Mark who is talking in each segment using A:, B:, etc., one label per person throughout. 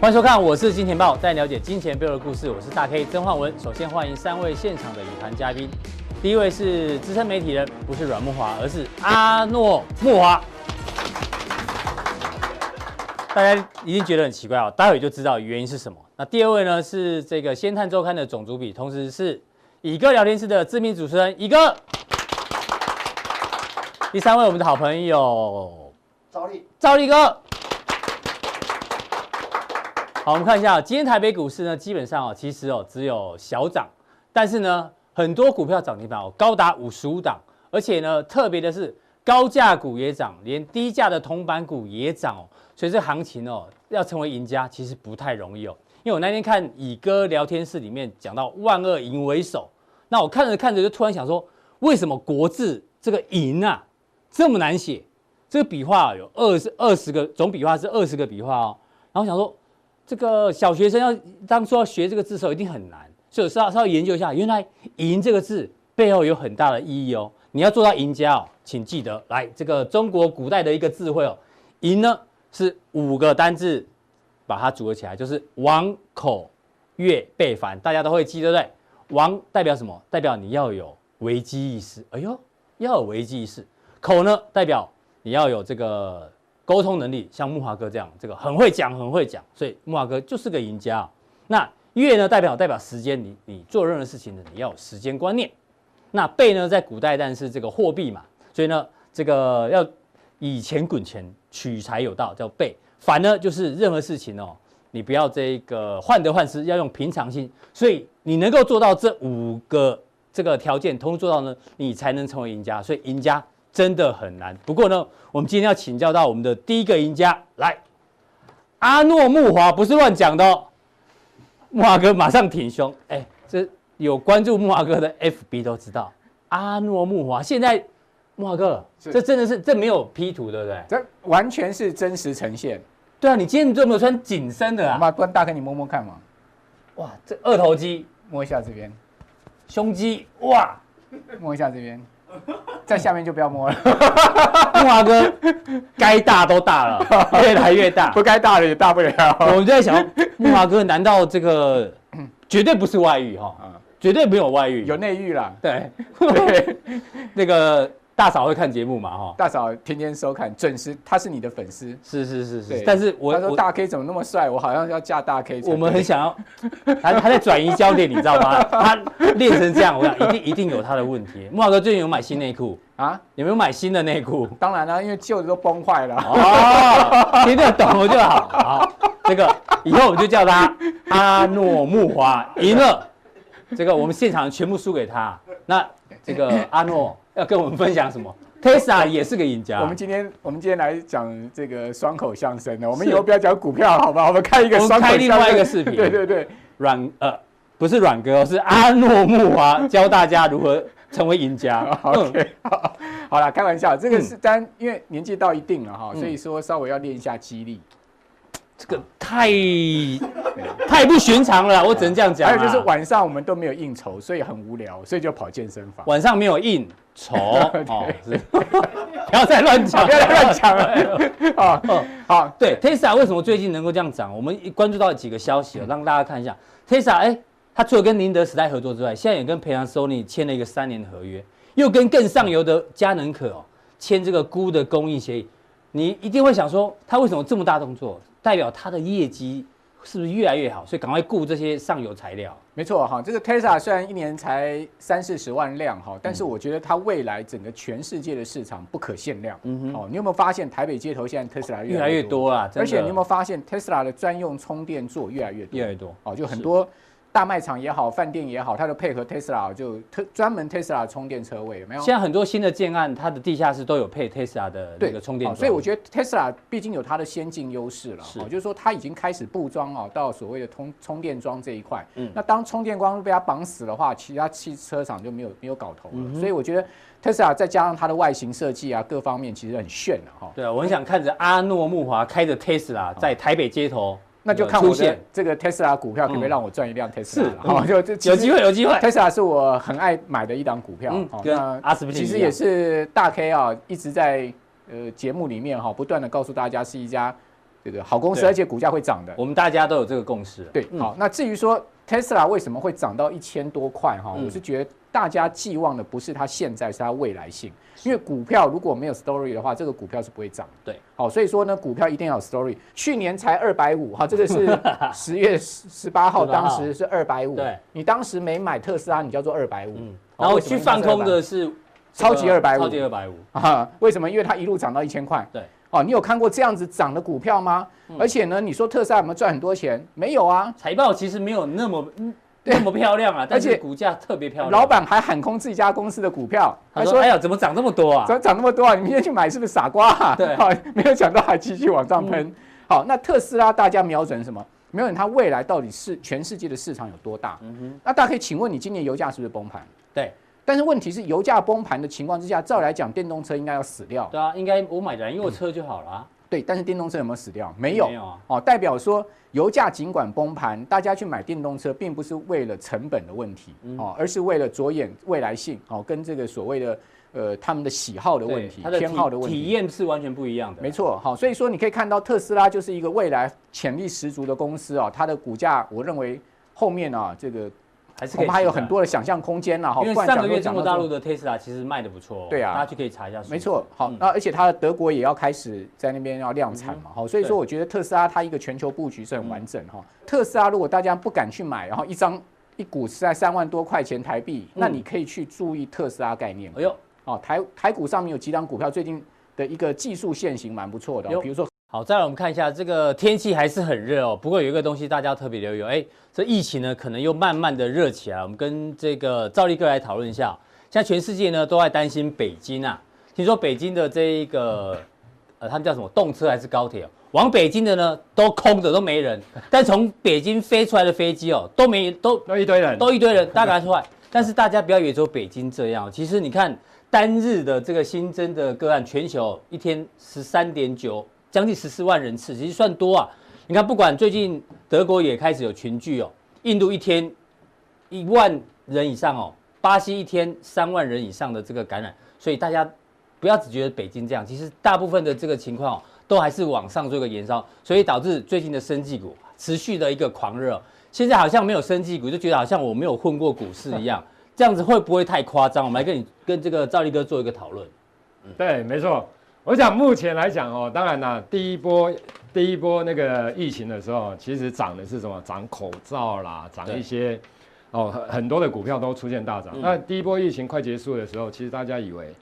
A: 欢迎收看，我是金钱豹，带你了解金钱背后的故事。我是大 K 曾焕文。首先欢迎三位现场的语坛嘉宾，第一位是资深媒体人，不是阮木华，而是阿诺木华。大家一定觉得很奇怪哦，待会就知道原因是什么。那第二位呢是这个《先探周刊》的总主笔，同时是以哥聊天室的知名主持人以哥。第三位我们的好朋友
B: 赵丽，
A: 赵力哥。好，我们看一下哦今天台北股市呢，基本上哦，其实哦只有小涨，但是呢，很多股票涨停板哦高达五十五档，而且呢，特别的是高价股也涨，连低价的铜板股也涨哦，所以这行情哦要成为赢家其实不太容易哦。因为我那天看乙哥聊天室里面讲到万恶淫为首，那我看着看着就突然想说，为什么国字这个淫啊这么难写？这个笔画有二十二十个，总笔画是二十个笔画哦。然后想说，这个小学生要当初要学这个字的时候一定很难，所以我稍稍微研究一下，原来“赢”这个字背后有很大的意义哦。你要做到赢家哦，请记得来这个中国古代的一个智慧哦，“赢”呢是五个单字把它组合起来，就是王口月被凡，大家都会记，对不对？王代表什么？代表你要有危机意识。哎呦，要有危机意识。口呢，代表你要有这个沟通能力，像木华哥这样，这个很会讲，很会讲，所以木华哥就是个赢家啊、那月呢，代表代表时间，你你做任何事情呢，你要有时间观念。那贝呢，在古代但是这个货币嘛，所以呢，这个要以钱滚钱，取财有道，叫贝。反呢，就是任何事情哦，你不要这个患得患失，要用平常心。所以你能够做到这五个这个条件，同时做到呢，你才能成为赢家。所以赢家真的很难。不过呢，我们今天要请教到我们的第一个赢家，来，阿诺木华不是乱讲的哦。木华哥马上挺胸，哎，这有关注木华哥的 FB 都知道，阿诺木华现在木华哥，
C: 是
A: 这真的是这没有 P 图，对不对？
C: 这完全是真实呈现。
A: 对啊，你今天这么穿紧身的
C: 好
A: 啊？
C: 吧，关大哥，你摸摸看嘛，
A: 哇，这二头肌、
C: 摸一下这边，
A: 胸肌， 哇！
C: 摸一下这边，在下面就不 要摸了，
A: 木华哥该大都大 了，越来越大。
C: 不该大的也大不
A: 我
C: 了。
A: 们就在想，木华哥难道这 个绝对不是外遇哈、
C: 啊，
A: 绝对没有外遇。
C: 有内遇啦。
A: 对，
C: 对，
A: 那个大嫂会看节目嘛哈、
C: 大嫂天天收看，准时，他是你的粉丝。
A: 是是是是
C: 对，
A: 但是我
C: 他说
A: 我
C: 大 K 怎么那么帅，我好像要嫁大 K 才对。
A: 我们很想要，他他在转移焦点，你知道吗？他练成这样，我想一定一定有他的问题。木华哥最近有买新内裤，
C: 啊，
A: 有没有买新的内裤？
C: 当然啦，因为旧的都崩坏了。
A: 哦，听得懂就好。好，这个以后我们就叫他阿诺木华，赢了。这个我们现场全部输给他。那这个阿诺要跟我们分享什么？Tesla 也是个赢家。
C: 我们今天我们今天来讲这个双口相声的，我们
A: 是
C: 以后不要讲股票，好吧？我们看一个
A: 我们
C: 双口
A: 开
C: 相声，
A: 另外一个视频
C: 对对对，
A: 软呃不是软哥，是阿诺木华教大家如何成为赢 家。嗯
C: OK，好，好啦，开玩笑，这个是当然，因为年纪到一定了哈，
A: 嗯
C: 所以说稍微要练一下肌力。
A: 这个太太不寻常了，我只能这样讲啊。
C: 还有就是晚上我们都没有应酬，所以很无聊，所以就跑健身房。
A: 晚上没有应 酬哦，是 不要再乱讲，
C: 不要再乱 讲了啊，
A: 嗯
C: 好，
A: 对 Tesla 为什么最近能够这样涨？我们一关注到几个消
C: 嗯
A: 息、哦，让大家看一下 Tesla。哎，它除了跟宁德时代合作之外，现在也跟培扬 Sony 签了一个三年合约，又跟更上游的佳能可哦签这个钴的供应协议。你一定会想说，它为什么这么大动作？代表它的业绩是不是越来越好？所以赶快雇这些上游材料。
C: 没错哈，这个 Tesla 虽然一年才三四十万辆哈，但是
A: 嗯
C: 我觉得它未来整个全世界的市场不可限量。
A: 嗯哼，
C: 哦，你有没有发现台北街头现在 Tesla
A: 越来越？多啦，真
C: 而
A: 的
C: 且你有没有发现 Tesla 的专用充电座越来越多？
A: 越来越多？
C: 哦，就很
A: 是
C: 多大卖场也好，饭店也好，它都配合 Tesla 就特专门 Tesla 充电车位有没有？
A: 现在很多新的建案，它的地下室都有配 Tesla 的那个充电
C: 哦
A: 桩，
C: 所以我觉得 Tesla 毕竟有它的先进优势了，
A: 是
C: 哦，就是说它已经开始布装哦，到所谓的充充电桩这一块。
A: 嗯
C: 那当充电桩被它绑死的话，其他汽车厂就没有没有搞头了。
A: 嗯哼
C: 所以我觉得 Tesla 再加上它的外形设计啊，各方面其实很炫的、哈、
A: 对啊，我很想看着阿诺木华开着 Tesla 在台北街头，
C: 那就
A: 呃
C: 看
A: 出
C: 我的
A: 现，
C: 这个 Tesla 股票可不可
A: 嗯
C: 以让我赚一辆 Tesla 了
A: 嗯
C: 哈、就这
A: 有机会，有机会。
C: Tesla 是我很爱买的一档股票
A: 嗯，
C: 哦
A: 跟
C: 那
A: 阿斯匹林
C: 其实
A: 一样
C: 也是大 K 啊，一直在呃节目里面哈，不断的告诉大家是一家对对，好公司，
A: 对
C: 而且股价会涨的。
A: 我们大家都有这个共识了。啊
C: 对，好，那至于说 Tesla 为什么会涨到一千多块哈，
A: 嗯
C: 我是觉得大家寄望的不是它现在，是它未来性。因为股票如果没有 story 的话，这个股票是不会涨的。
A: 对，
C: 好，所以说呢，股票一定要有 story。去年才二百五哈，这 个是十月十八号，
A: 18
C: 当时是二百五。
A: 对，
C: 你当时没买特斯拉，你叫做二百五
A: 嗯。
C: 好
A: 然后
C: 为什么
A: 去放空
C: 它是
A: 的是这
C: 超
A: 个
C: 级250
A: 超级二百五，
C: 250啊？为什么？因为它一路涨到一千块。
A: 对，嗯
C: 哦，你有看过这样子涨的股票吗？而且呢，你说特斯拉有没有赚很多钱？没有啊。
A: 财报其实没有那么嗯
C: 对
A: 那么漂亮啊，但
C: 而
A: 是
C: 且
A: 股价特别漂亮。
C: 老板还喊空自己家公司的股票，
A: 他
C: 他
A: 说：“
C: 说
A: 哎呀，怎么涨这么多啊
C: 涨涨那么多啊，你 明天去买是不是傻瓜、啊？
A: 对嗯
C: 好，没有想到还继续往上喷。好，那特斯拉大家瞄准什么？瞄准它未来到底是全世界的市场有多大？
A: 嗯
C: 那大家可以请问你，今年油价是不是崩盘？？”
A: 对
C: 但是问题是，油价崩盘的情况之下，照来讲，电动车应该要死掉。
A: 对啊，应该我买燃油车就好了啊。
C: 对，但是电动车有没有死掉？没有。
A: 没有啊
C: 哦，代表说油价尽管崩盘，大家去买电动车并不是为了成本的问题、
A: 嗯
C: 哦，而是为了着眼未来性哦，跟这个所谓的呃他们的喜好的问
A: 对，
C: 题
A: 它、的
C: 偏好的
A: 体
C: 问
A: 体
C: 题。
A: 验是完全不一样的。
C: 没错，好、所以说你可以看到特斯拉就是一个未来潜力十足的公司哦，它的股价我认为后面啊这个
A: 还是可以
C: 恐怕还有
A: 期待
C: 很。多的想象空间了哈。
A: 因为
C: 不然
A: 上
C: 讲
A: 个月
C: 都讲
A: 中国
C: 到
A: 大
C: 这
A: 陆的 Tesla 其实卖的不错哦，
C: 对啊
A: 大家去可以查一下数据。
C: 没错，好
A: 嗯，
C: 那而且它的德国也要开始在那边要量产嘛，好，所以
A: 对嗯
C: 说我觉得特斯拉它一个全球布局是很完整哈。特斯拉如果大家不敢去买，然后一张一股是在三万多块钱台币，那你可以去注意特斯拉概念
A: 嗯哎。呦，
C: 哦，台台股上面有几档股票最近的一个技术线型蛮不错的哦
A: 哟，
C: 比如说
A: 好，再来我们看一下这个天气还是很热哦。不过有一个东西大家要特别留意哦，哎，这疫情呢可能又慢慢的热起来。我们跟这个赵立哥来讨论一下哦、现在全世界呢都在担心北京啊，听说北京的这一个呃，他们叫什么动车还是高铁、哦？往北京的呢都空着都没人，但从北京飞出来的飞机哦都没都
B: 都一堆人，
A: 都一堆人，大家出来。但是大家不要以为只有北京这样，其实你看单日的这个新增的个案，全球一天十三点九，将近十四万人次，其实算多啊。你看，不管最近德国也开始有群聚哦，印度一天一万人以上哦，巴西一天三万人以上的这个感染，所以大家不要只觉得北京这样，其实大部分的这个情况哦，都还是往上做一个延烧，所以导致最近的生技股持续的一个狂热哦。现在好像没有生技股，就觉得好像我没有混过股市一 样，这样子会不会太夸张？我们来跟你跟这个赵力哥做一个讨论。
B: 对，没错。我想目前来讲哦，当然啦、第一波第一波那个疫情的时候，其实涨的是什么？涨口罩啦，涨
A: 对嗯
B: 一些哦很很多的股票都出现大涨。那第一波疫情快结束的时候，其实大家以为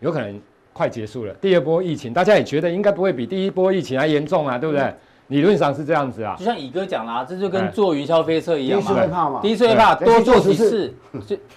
B: 有可能快结束了，第二波疫情大家也觉得应该不会比第一波疫情还严重啊，对不对？
A: 嗯
B: 理论上是这样子啊
A: 就。像乙哥讲啦，这就跟
B: 哎
A: 坐云霄飞车一样
B: 第一次
A: 嘛
B: 会。
D: 怕嘛
A: 第一次会怕，
D: 对
A: 多做几次，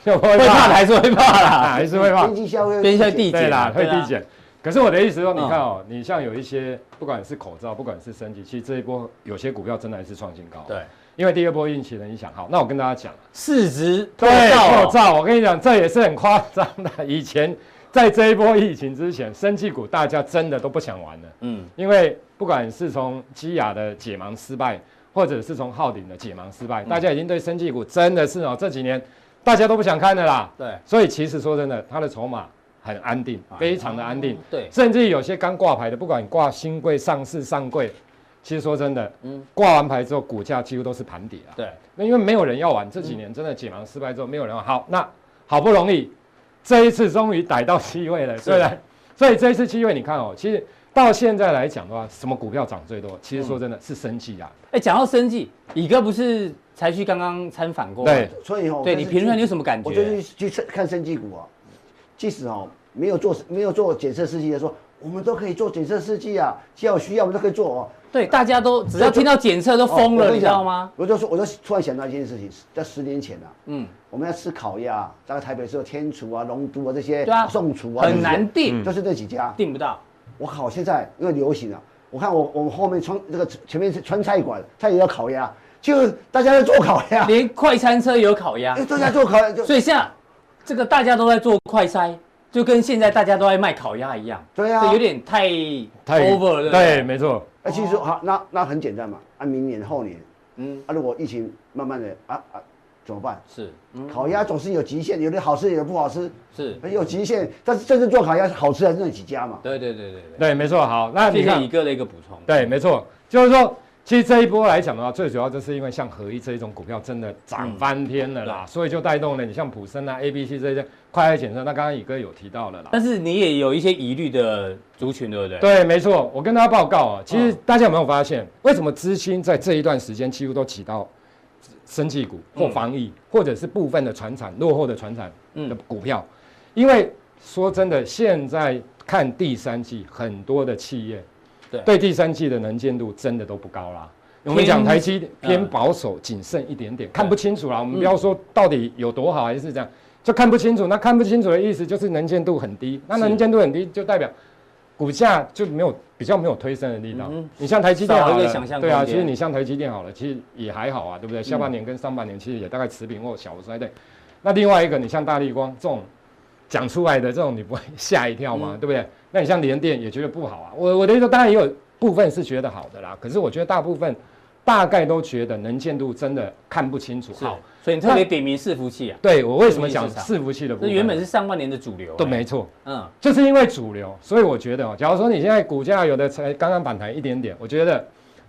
A: 就
B: 会
A: 会怕的还是会怕啦。
B: 啊还是会怕
D: 经。济效益
A: 边下递
B: 对
A: 减啊
B: 啦，会
A: 对
B: 递
A: 啦
B: 减。可是我的意思说，你
A: 嗯
B: 看哦，你像有一些，不管是口罩，不管是升级，其实这一波有些股票真的还是创新高。，
A: 对，
B: 因为第二波疫情的影响。好，那我跟大家讲，
A: 市值破
B: 对，口
A: 兆哦，
B: 罩，我跟你讲，这也是很夸张的。以前在这一波疫情之前，生技股大家真的都不想玩了，
A: 嗯，
B: 因为不管是从基亚的解盲失败，或者是从浩鼎的解盲失败，大家已经对生技股真的是哦，这几年大家都不想看的啦。
A: 对，
B: 所以其实说真的，它的筹码很安定，
A: 哎
B: 非常的安定。
A: 对，
B: 甚至有些刚挂牌的，不管挂新贵、上市、上柜，其实说真的，
A: 嗯
B: 嗯，挂完牌之后股价几乎都是盘底啊。
A: 对，嗯
B: 那因为没有人要玩，这几年真的解盲失败之后没有人玩。好，那好不容易这一次终于逮到机会了，对不对？所以这一次机会，你看哦，其实到现在来讲的话，什么股票涨最多？其实说真的是生技啊。
A: 哎，讲到生计，乙哥不是才去刚刚参访过吗？
B: 对，
D: 所以哈、
A: 对
D: 但
A: 你
D: 是
A: 评论
D: 去
A: 你有什么感
D: 我就
A: 觉？
D: 去去测看生技股啊，即使哦没有做没有做检测试剂的说，我们都可以做检测试剂啊，只要有需要我们都可以做哦。
A: 对，大家都只要听到检测都疯
D: 哦我
A: 了，
D: 跟
A: 你知
D: 讲
A: 道吗？
D: 我就说，我就突然想到一件事情，在十年前啊，
A: 嗯，
D: 我们要吃烤鸭，大概台北市有天厨啊、龙都啊这些，
A: 对啊，
D: 宋厨啊，
A: 很难定，
D: 就是那几家。
A: 定不到。
D: 我靠，现在因为流行啊，我看我我们后面川这个前面是川菜馆，他也要烤鸭，就大家在做烤鸭，
A: 连快餐车也有烤鸭
D: 哎，大家做烤鸭就
A: 所以现在这个大家都在做快筛，就跟现在大家都在卖烤鸭一样，
D: 对啊
A: 这有点太
B: 太
A: over 了。
B: 对，，没错。
A: 哦
D: 那其实说好，那那很简单嘛，啊，明年后年，
A: 嗯
D: 嗯，啊，如果疫情慢慢的啊啊，怎么办？
A: 是
D: 烤鸭总是有极限，有的好吃，有的不好吃，
A: 是，
D: 有极限。但是真正做烤鸭好吃还是那几家嘛。
A: 对对对对对。
B: 对，没错。好，那
A: 谢
B: 你
A: 谢
B: 看
A: 乙，哥的一个补充。
B: 对，没错，就是说，其实这一波来讲的话，最主要就是因为像合一这一种股票真的涨翻天了啦，所以就带动了你像普森啊、A、B、C 这些快乐险车。那刚刚乙哥有提到了啦。
A: 但是你也有一些疑虑的族群，对不对？，嗯
B: 对，没错，我跟大家报告啊，其实大家有没有发现，为什么资金在这一段时间几乎都起到生技股或防疫，或者是部分的船产落后的船产的
A: 嗯，
B: 股票？因为说真的，现在看第三季，很多的企业
A: 对
B: 对第三季的能见度真的都不高啦。我们讲台积
A: 嗯
B: 偏保守、谨慎一点点，看不清楚啦。我们不要说到底有多好还是这样，就看不清楚。那看不清楚的意思就是能见度很低，那能见度很低就代表股价就没有比较没有推升的力道
A: 嗯哼。
B: 你像台积电好
A: 少了一个
B: 了
A: 想象，
B: 对啊，
A: 空
B: 其
A: 间
B: 实你像台积电好了，其实也还好啊，对不对？下半年跟上半年其实也大概持平或小幅衰退。那另外一个，你像大力光这种讲出来的这种，你不会吓一跳吗？
A: 嗯
B: 对不对？那你像联电也觉得不好啊。我我的意思说，当然也有部分是觉得好的啦，可是我觉得大部分大概都觉得能见度真的看不清楚。
A: 是
B: 好，。
A: 所以你特别点名伺服器啊，
B: 对我为什么讲
A: 伺服器市场
B: 伺服器的部
A: 这
B: 分？
A: 原本是上半年的主流。
B: 都没错，
A: 嗯，
B: 就是因为主流，所以我觉得哦，假如说你现在股价有的才刚刚反弹一点点，我觉得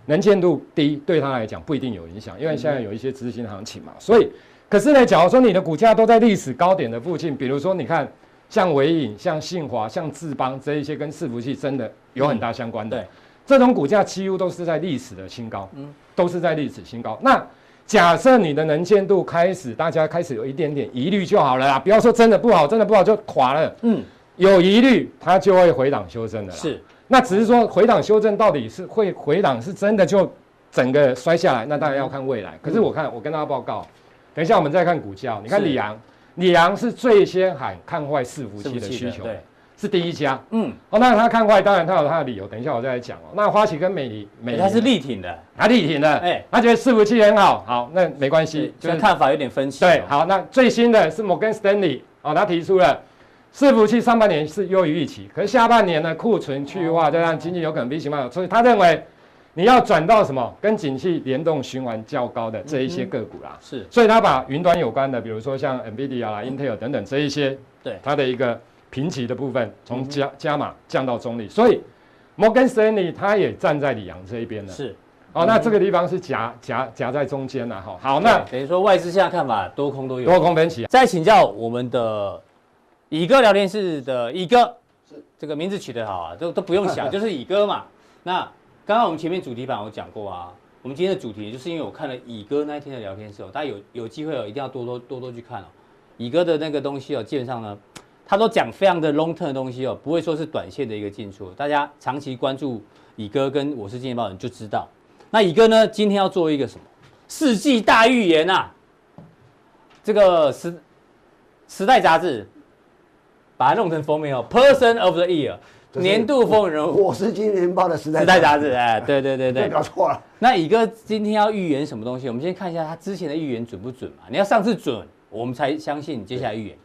B: 能见度低对它来讲不一定有影响，因为
A: 嗯
B: 现在有一些资金行情嘛，所以可是呢，假如说你的股价都在历史高点的附近，比如说你看像伟影、像信华、像智邦这一些跟伺服器真的有很大相关的，
A: 嗯对
B: 这种股价几乎都是在历史的新高，
A: 嗯
B: 都是在历史新高。那假设你的能见度开始，大家开始有一点点疑虑就好了啦，不要说真的不好，真的不好就垮了。
A: 嗯，
B: 有疑虑，它就会回档修正的啦。，
A: 是
B: 那只是说回档修正到底是会回档，是真的就整个摔下来，那当然要看未来。
A: 嗯
B: 可是我看，我跟大家报告，等一下我们再看股价哦。你看
A: 是
B: 李阳，李阳是最先喊看坏伺服
A: 伺
B: 器
A: 服
B: 的
A: 器
B: 需
A: 的
B: 求，
A: 对，
B: 是第一家。
A: 嗯，
B: 哦，那他看坏，当然他有他的理由，等一下我再来讲哦。那花旗跟美丽，美
A: 哎
B: 丽
A: 它是
B: 呢，
A: 力挺的，
B: 他力挺的，
A: 哎
B: 哎，他觉得伺服器很好，好，那没关系，
A: 所以看法有点分歧哦。
B: 对，好，那最新的是摩根斯丹利哦，他提出了伺服器上半年是优于预期，可是下半年呢库存去
A: 哦
B: 化，再让经济有可能 V 型反转，所以他认为你要转到什么跟景气联动循环较高的这一些个股啦。
A: 是
B: 所以他把云端有关的，比如说像 NVIDIA 啦、Intel 等等这一些，
A: 嗯对嗯
B: 它的一个评级的部分，从加加码降到中立，所以摩根斯丹利他也站在里昂这一边了。
A: 是。嗯
B: 哦，那这个地方是夹夹夹在中间了哈。好，那
A: 对等于说外资现在看法多空都有。
B: 多空分啊歧
A: 啊再请教我们的乙哥聊天室的乙哥，这个名字取得好啊，都都不用想，就是乙哥嘛。那刚刚我们前面主题版我讲过啊，我们今天的主题就是因为我看了乙哥那一天的聊天室哦，大家有有机会哦，一定要多多多多去看哦。乙哥的那个东西哦，基本上呢，他都讲非常的 long term 的东西哦，不会说是短线的一个进出，哦大家长期关注乙哥跟我是金钱豹，你就知道。那乙哥呢，今天要做一个什么世纪大预言啊？这个时时代杂志把它弄成封面哦，Person of the Year
D: 就是
A: 年度风云人物，
D: 我是今年报的时代
A: 时代杂志，哎，对对对
D: 对，
A: 对。
D: 搞错了。
A: 那乙哥今天要预言什么东西？我们先看一下他之前的预言准不准嘛？你要上次准，我们才相信你接下来预言。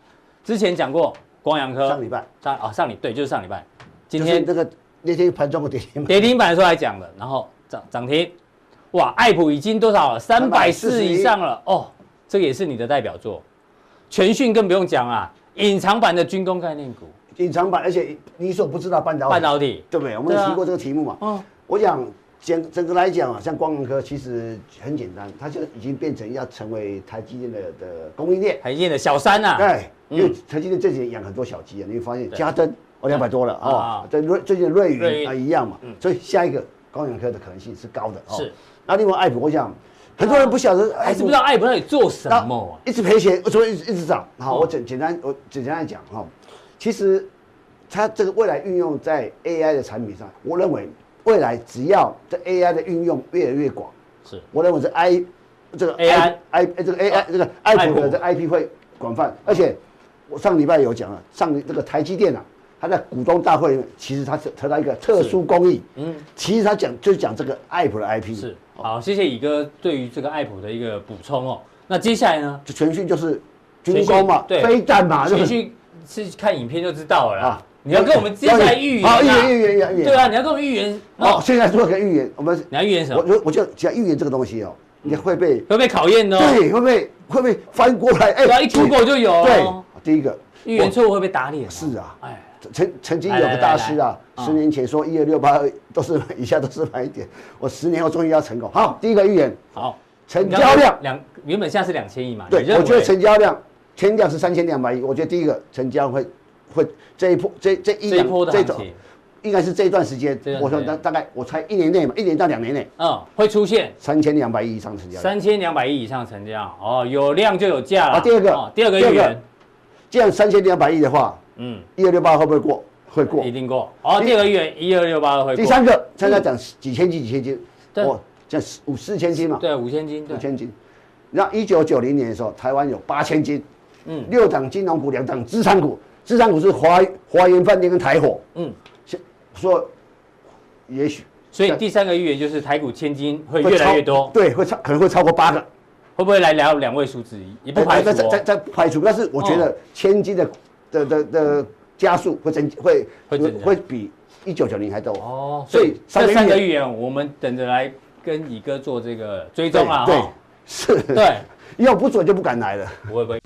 A: 之前讲过光阳科
D: 上礼拜，
A: 上啊、上礼对，就是上礼拜，今
D: 就是
A: 天
D: 那个那天盘中的跌停板，
A: 跌停板的时候还讲了，然后涨涨停，哇，爱普已经多少了？三百四以上了哦，这个也是你的代表作。全讯更不用讲啊，隐藏版的军工概念股，
D: 隐藏版，而且你所不知道半导体，
A: 半导体，
D: 对不对？我们
A: 对啊
D: 也提过这个题目嘛。
A: 嗯，
D: 我想整整个来讲啊，像光文科其实很简单，它就已经变成要成为台积电的的供应链。
A: 台积电的小三呐、啊，
D: 对，哎因为台积电这几年养很多小鸡啊，你会发现
A: 对
D: 嘉登哦两百多了
A: 啊
D: 哦，在瑞最近的瑞
A: 瑞
D: 云
A: 昱
D: 啊一样嘛
A: 嗯，
D: 所以下一个光远科的可能性是高的哦。
A: 是，
D: 那另外爱普，我想很多人不晓得，
A: 还是不知道爱普到底做什么啊？
D: 一直赔钱，所以一直一直涨。好，
A: 嗯
D: 我简简单我简单来讲哈，其实它这个未来运用在 AI 的产品上，我认为未来只要这 AI 的运用越来越广，
A: 是
D: 我认为这 I 这个
A: AI
D: I 这个 AI 这个 i 普的这 IP 会广泛，而且我上礼拜有讲了，啊上这个台积电啊，它在股东大会里面，其实它得得到一个特殊公益，
A: 嗯
D: 嗯，其实它讲就是讲这个 i 普的 IP
A: 是，好，谢谢乙哥对于这个爱普的一个补充哦。那接下来呢？
D: 就全讯就是军工嘛，
A: 全讯对
D: 飞弹嘛，
A: 继
D: 不
A: 续是看影片就知道了啦
D: 啊。哦
A: 你要跟我们接下来预言啊
D: 好，预言预言预哦言预言。
A: 对啊，，你要跟我们预言
D: 好，
A: 哦，
D: 现在做个预言，我们
A: 你要预言什
D: 我
A: 么？
D: 我我就讲预言这个东西哦，
A: 嗯
D: 你会被
A: 会被考验哦。
D: 对会被会被翻过来，哎
A: 只要一 Google 就有哦。
D: 对，第一个
A: 预言错误会被打脸。
D: 是啊
A: 哎，
D: 曾曾经有个大
A: 来来
D: 师啊，
A: 来来嗯
D: 十年前说一二六八二都是 以下都是买点，我十年后终于要成功。好，第一个预言
A: 好，
D: 成交量，
A: 两原本现在是两千亿嘛？
D: 对
A: 你认，为
D: 我觉得成交量天量是三千两百亿，我觉得第一个成交会会这一波这这一
A: 这一
D: 两
A: 波的
D: 这
A: 行
D: 种
A: 情，
D: 应该是这一段时间
A: 这段时间，
D: 我说大大概我猜一年内嘛，一年到两年内
A: 嗯，会出现
D: 三千两百亿以上成交量，
A: 三千两百亿以上成交哦，有量就有价了。
D: 啊第二个
A: 哦第二个
D: 第二
A: 预
D: 个
A: 言，
D: 这样三千两百亿的话，
A: 嗯，
D: 一二六八会不会过？会过
A: 一。定过。哦，第二个预言一二六八二会过。
D: 第三个，现在讲几千斤几千斤，
A: 对
D: 哦，这样五四千斤嘛，
A: 对啊五千金，
D: 五
A: 对，
D: 千斤。那一九九零年的时候，台湾有八千斤，
A: 嗯
D: 六档金融股，两档资产股，资产股是华华研饭店跟台火，
A: 嗯。
D: 现说也许
A: 所以
D: 对
A: 第三个预言就是台股千金会越来越
D: 超
A: 多，
D: 对，会超可能会超过八个，
A: 会不会来聊两位数字？也不排除
D: 在呃在
A: 哦。
D: 在不排除，但是我觉得千金的的的的加速会增会
A: 会增加
D: 会比一九九零还多
A: 哦，所
D: 所
A: 以
D: 以
A: 这三
D: 三
A: 个
D: 个
A: 预言，我们等着来跟乙哥做这个追踪啊。
D: 对
A: 哈，
D: 是，
A: 对，
D: 要不准就不敢来了。
A: 不会不会。